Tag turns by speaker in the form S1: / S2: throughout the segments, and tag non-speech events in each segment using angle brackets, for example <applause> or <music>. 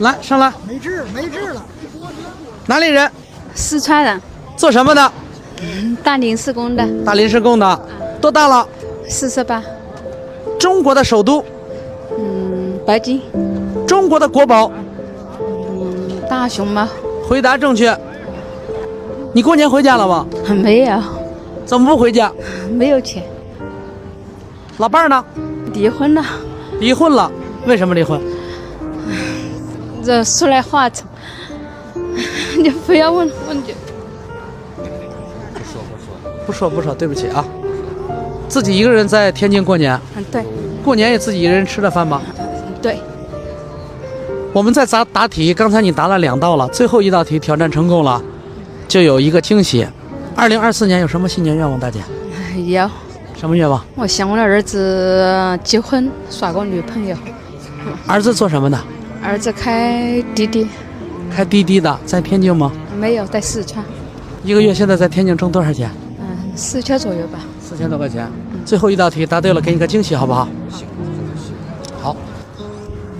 S1: 来上来，
S2: 没治没治了。
S1: 哪里人？
S3: 四川人，
S1: 做什么的？
S3: 大连施工的，
S1: 打临时工的，多大了？
S3: 四十八，
S1: 中国的首都，
S3: 嗯，北京，
S1: 中国的国宝，
S3: 嗯，大熊猫， <laughs>
S1: 回答正确。你过年回家了吗？
S3: 没有，
S1: 怎么不回家？
S3: 没有钱，
S1: 老伴儿呢？
S3: 离婚了，
S1: 离婚了，为什么离婚？
S3: 这说来话 <laughs> 长，你不要问问题。
S1: 不说不说，对不起啊。自己一个人在天津过年，
S3: 嗯，对，嗯
S1: 过年也自己一个人吃了饭吗？
S3: 对，
S1: 我们在答答题，刚才你答了两道了，最后一道题挑战成功了，就有一个惊喜。二零二四年有什么新年愿望，大姐？
S3: 有，
S1: 什么愿望？
S3: 我想我的儿子结婚，耍个女朋友，
S1: 儿子做什么的？
S3: 儿子开滴滴，
S1: 开滴滴的，在天津吗？
S3: 没有在四川，
S1: 一个月现在在天津挣多少钱？
S3: 嗯，四千左右吧。
S1: 四千多块钱。最后一道题答对了，给你个惊喜，好不好？好。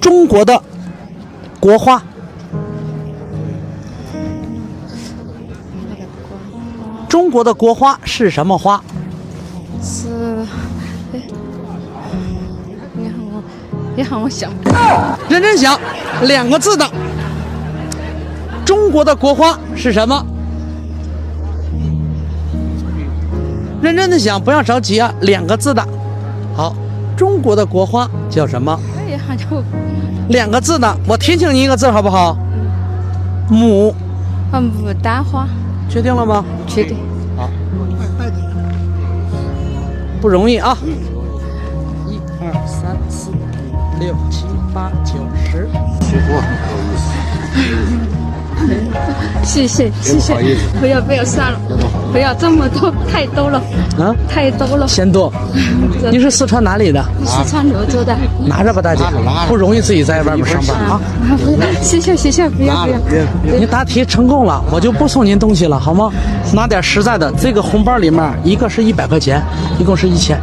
S1: 中国的国花，中国的国花是什么花？
S3: 是，哎，嗯你看我，你看我想不到，
S1: 认真想，两个字的。中国的国花是什么？认真的想，不要着急啊，两个字的。好，中国的国花叫什么？
S3: 哎呀，就
S1: 两个字的，我提醒你一个字好不好？母，
S3: 啊牡丹花，
S1: 决定了吗？
S3: 确定。
S1: 不容易啊！一二三四五六七八九十，
S3: 谢谢谢谢，不要不要算了，不要这么多，太多了，
S1: 啊，
S3: 太多了。
S1: 嫌多。您是四川哪里的？
S3: 你是川泸州的，
S1: 拿着吧，大姐，不容易自己在外面上班啊。
S3: 谢谢谢谢，不要
S4: 啊
S3: 不要，
S1: 您答题成功了，我就不送您东西了，好吗？拿点实在的，这个红包里面一个是一百块钱，一共是一千。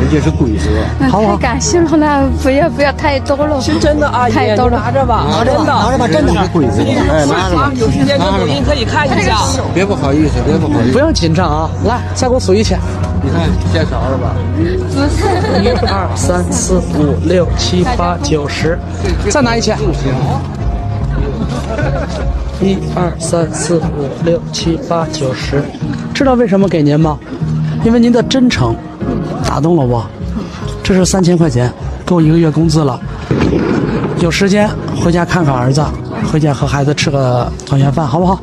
S4: 人家是鬼是吧？
S3: 嗯
S1: 好啊
S3: 太感谢了啦，不要不要，太多了，
S5: 是真的，
S1: 啊
S5: 阿姨，
S3: 太多
S5: 你
S3: 了啊
S5: 拿着吧，拿着吧，
S2: 拿着吧，真的。
S4: 是鬼是吧？哎，拿着吧，
S5: 有时间跟抖音可以看一下。
S4: 别不好意思，别不好意
S1: 不
S4: 思。
S1: 要紧张啊，来，再给我数一千。
S4: 你看见着了吧？
S1: 一二三四五六七八九十，再拿一千。一二三四五六七八九十，知道为什么给您吗？因为您的真诚打动了我。这是三千块钱，够一个月工资了。有时间回家看看儿子，回家和孩子吃个团圆饭，好不好？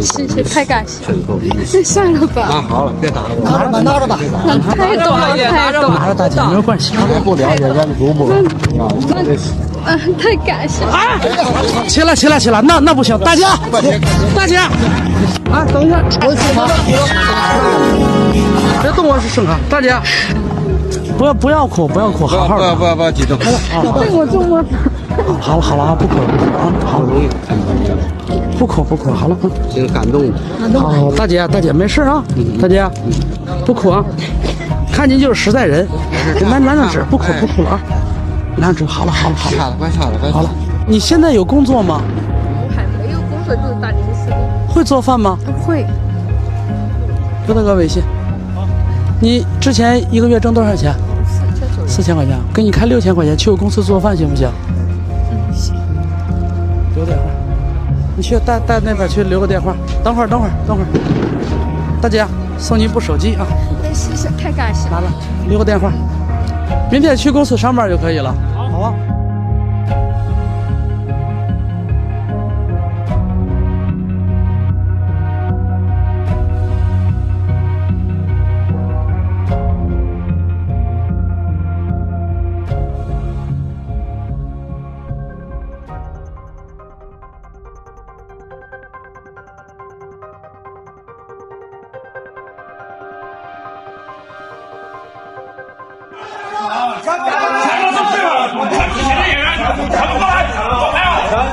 S3: 谢谢，太感谢，
S4: 真够意思。
S3: 那算了吧，
S4: 拿啊好了，别打了，
S2: 拿着吧，拿着吧。
S3: 那太多了太多了，
S1: 拿着大姐没有关系啊。
S4: 别不了解咱们主播啊，这是
S3: 嗯，太感谢了。
S1: 起来，起来，起来！那那不行，大姐，大姐，啊，等一下，我去忙。别动我啊是身上，大姐，不要不要哭，不要哭，
S4: 不
S1: 好
S4: 要
S1: 好
S4: 不
S1: 的。啊
S4: 要不要不要激动，
S1: 好了好了啊，不哭了啊，好，不哭不哭，好了，嗯
S4: 挺感动的。
S1: 好，大姐大姐没事啊，大姐，不哭啊，看您就是实在人，来拿张纸，不哭不哭了啊，拿张纸，好了好了好了
S4: 吓哎了，快吓了，快吓
S1: 好了。你现在有工作吗？
S3: 还没有工作就是打临时工，
S1: 会做饭吗？
S3: 会
S1: 给大哥微信。你之前一个月挣多少钱？四千块钱，给你开六千块钱，去我公司做饭行不行？嗯留电话，你去带带那边去留个电话。等会儿，等会儿，等会儿，大姐啊送你一部手机啊，
S3: 哎谢谢，太感谢
S1: 拿
S3: 了。
S1: 来留个电话，明天去公司上班就可以了，好啊吧？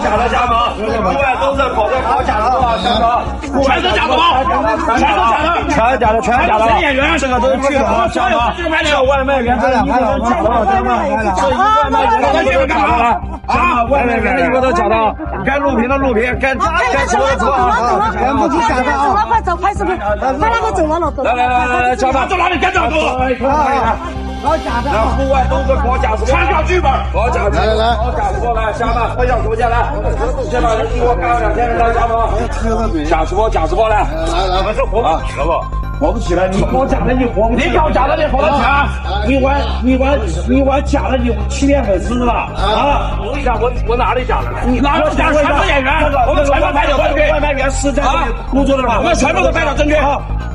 S6: 假的假吗？各位都是口袋跑假的啊，假的，全是假的吗？全是假的，全是假的，全是假的。演员这个都是去的，假的。这外卖员这两个都是假的，真的。这一外卖员干嘛？啊，外面的一个都假的，该录屏的录屏，该该
S2: 走
S6: 说
S2: 了
S6: 的
S2: 走
S6: 说
S2: 了走
S6: 啊，
S2: 了，走了，快走，快走，快那个走啊完了，走
S6: 来来来来来，小马走哪里？该找给我。
S2: 老假
S6: 来，
S2: 的，
S6: 户外动作搞假说，参考剧本，搞假说，搞假说来，下班分享图片来，先把人给我干了两千人来，加盟，假直播假直播来，来来，我们是活不起来不？活不起来，你搞假的你活不，你搞假的你啊活得起来？你玩你玩你玩假的你欺骗粉丝是吧？啊，我跟你讲，我我哪里假了？你哪有假？全部演员，我们全部拍点证据，外卖员是在这里工作的啊吧？我们全部都拍点证据。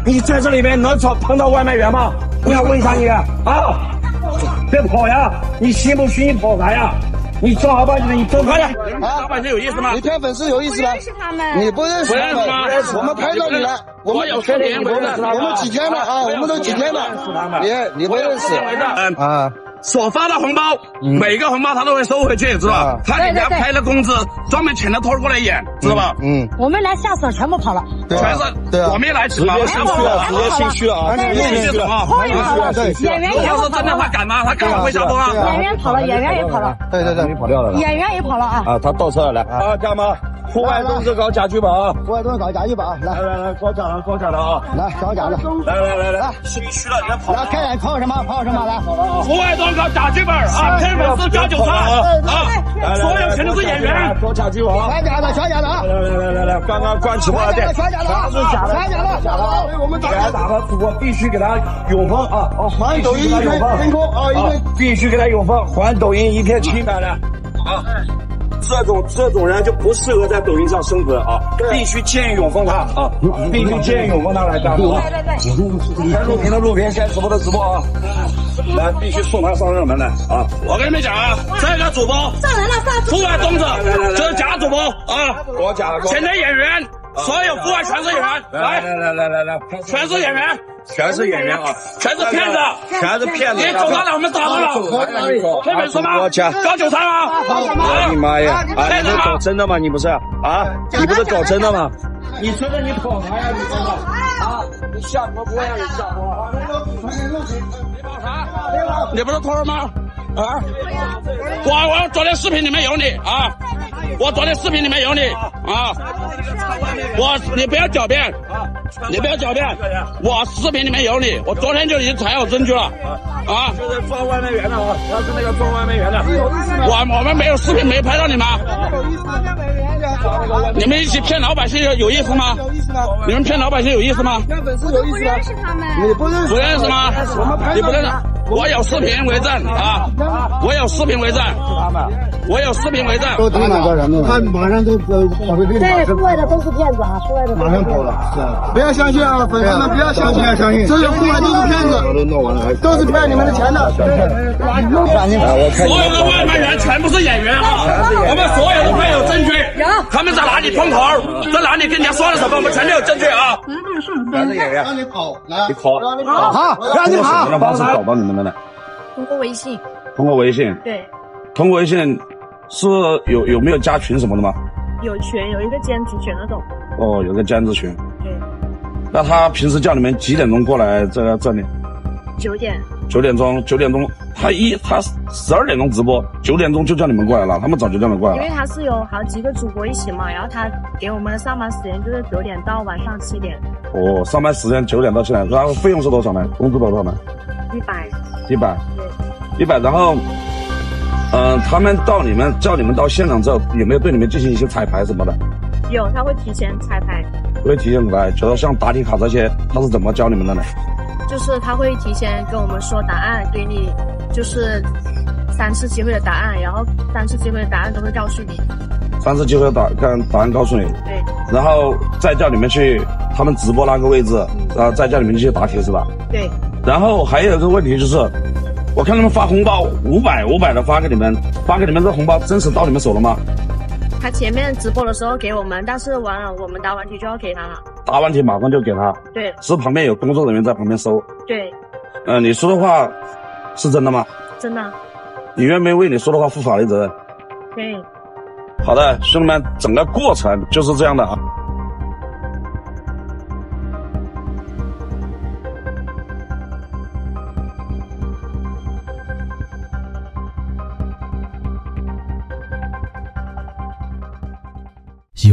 S6: 你在这里面能找碰到外卖员吗？我想问一下你啊。别跑呀！你心不虚，你跑啥呀？你正儿八经的，你正快点！老百姓有意思吗？
S4: 你骗粉丝有意思吗？你不认识
S6: 不认识吗
S4: 我们拍到你了，我们有
S6: 缺点
S4: 我们我们几天了啊？我们都几天了？你你不认识
S6: 嗯，
S4: 啊？
S6: 所发的红包，每个红包他都会收回去，知道吧？他给人家拍了工资，专门请他托过来演，知道吧？
S4: 嗯，
S2: 我们来下手全部跑了，
S4: 对
S6: 全
S4: 啊对
S6: 是
S4: 啊
S6: 我，没来迟嘛，
S2: 心虚了直接心虚了啊
S6: 你心虚啊？
S2: 后面跑了，演员
S6: 如
S2: 也
S6: 果
S2: 跑
S6: 是真的，他
S2: 了，
S6: 敢吗？他敢回下播啊？
S2: 演员跑了，演员也跑了，
S4: 对对对，你跑掉了
S2: 演员也跑了啊。
S4: 啊？他倒车了，来啊！
S6: 啊，干吗？户
S7: 外都
S6: 是搞假剧本啊！
S7: 我也都搞假一把，来
S6: 来来，搞假的，搞假的啊！
S7: 来小假的，
S6: 来来来来，心虚了，人跑
S7: 来开眼哎跑什么跑什么来，
S6: 国外多搞假剧本啊，骗粉丝抓韭菜啊啊！所有全都是演员，
S4: 搞假剧本啊！
S7: 全假的全假的啊，
S6: 来来来来来，刚刚关起
S7: 全假的全假的啊，全假的全假的啊，我们
S6: 给他打个主播，必须给他永封啊！哦，
S7: 环抖音一片天空啊，一片
S6: 必须给他永封，还抖音一片清白的啊！这种这种人就不适合在抖音上生存啊！必须建议永封他啊！必须建议永封他来干啊！该录屏的录屏，该直播的直播啊！来，必须送他上热门来啊！我跟你们讲啊，这个主播
S2: 上来了，上
S6: 户外动作，这是假主播啊！
S4: 搞假的，
S6: 前台演员，所有户外全是演员，
S4: 来
S6: 来，
S4: 来来来来，
S6: 全是演员，
S4: 全是演员啊，
S6: 全是骗子，
S4: 全是骗子！
S6: 你走到哪我们打到哪，黑粉丝吗？搞啊韭菜吗？
S4: 我
S6: 哎
S4: 的妈呀！啊，
S6: 骗
S4: 你
S6: 子
S4: 是搞
S6: 吗？
S4: 真的吗？你不是啊？你不是搞真的吗？
S6: 你觉得你跑啥呀？你知道
S2: 哎
S6: 啊？你下播不让你下播，你跑啥？你不是托儿吗？啊！我我昨天视频里面有你啊！我昨天视频里面有你啊！我你不要狡辩，你不要狡辩，我视频里面有你，我昨天就已经查有证据了啊！
S4: 是抓外卖员的啊，他是那个抓外卖员的。
S7: 啊
S6: 我我们没有视频，没拍到你们，你们一起骗老百姓有有意思吗？你们骗老百姓有意思吗？
S3: 不
S7: 啊
S3: 认识他们。
S6: 不认识吗？你不认识？我有视频为证啊！我有视频为证，我有视频为证。
S7: 都打哪个人他马上都跑回去，
S2: 对，户外的都是骗子啊，户外的
S7: 马上跑了，
S4: 不要相信啊，粉丝们不要相信，相信
S7: 这些户外都是骗子，弄完了
S4: 都是骗你们的钱的。
S7: 哎
S6: 所有的外卖员全部是演员啊！我们所有的都有证据，他们在哪里碰头，在哪里跟人家说了什么，我们全都有证据啊！
S7: 让你跑，来，你
S4: 跑
S7: 让你跑，好，
S4: 让你跑，让方式找到你们的呢？
S2: 通过微信，
S6: 通过微信，
S2: 对，
S6: 通过微信是有有没有加群什么的吗？
S2: 有群，有一个兼职选得懂，
S6: 哦，有个兼职群。
S2: 对，
S6: 那他平时叫你们几点钟过来这个这里？
S2: 九点，
S6: 九点钟，九点钟，他一他十二点钟直播，九点钟就叫你们过来了，他们早就叫你们过来
S2: 因为
S6: 了。
S2: 他是有好几个主播一起嘛，然后他给我们的上班时间就是九点到晚上七点，
S6: 哦，上班时间九点到现在，然后费用是多少呢？工资多少呢？
S2: 一百，
S6: 一百，一百。然后，嗯、他们到你们叫你们到现场之后，有没有对你们进行一些彩排什么的？
S2: 有他会提前彩排，
S6: 会体现出来，觉得像答题卡这些，他是怎么教你们的呢？
S2: 就是他会提前跟我们说答案，给你就是三次机会的答案，然后三次机会的答案都会告诉你，
S6: 三次机会答看答案告诉你，
S2: 对，
S6: 然后再叫你们去他们直播那个位置，啊然后再叫你们去答题是吧？
S2: 对。
S6: 然后还有一个问题就是，我看他们发红包五百五百的发给你们，发给你们这红包真实到你们手了吗？
S2: 他前面直播的时候给我们，但是完了我们答完题就要给他了。
S6: 答完题马上就给他，
S2: 对
S6: 是旁边有工作人员在旁边收。
S2: 对，
S6: 嗯、你说的话是真的吗？
S2: 真的
S6: 你愿不愿意为你说的话负法律责任？
S2: 可以。
S6: 好的，兄弟们，整个过程就是这样的啊。
S8: 喜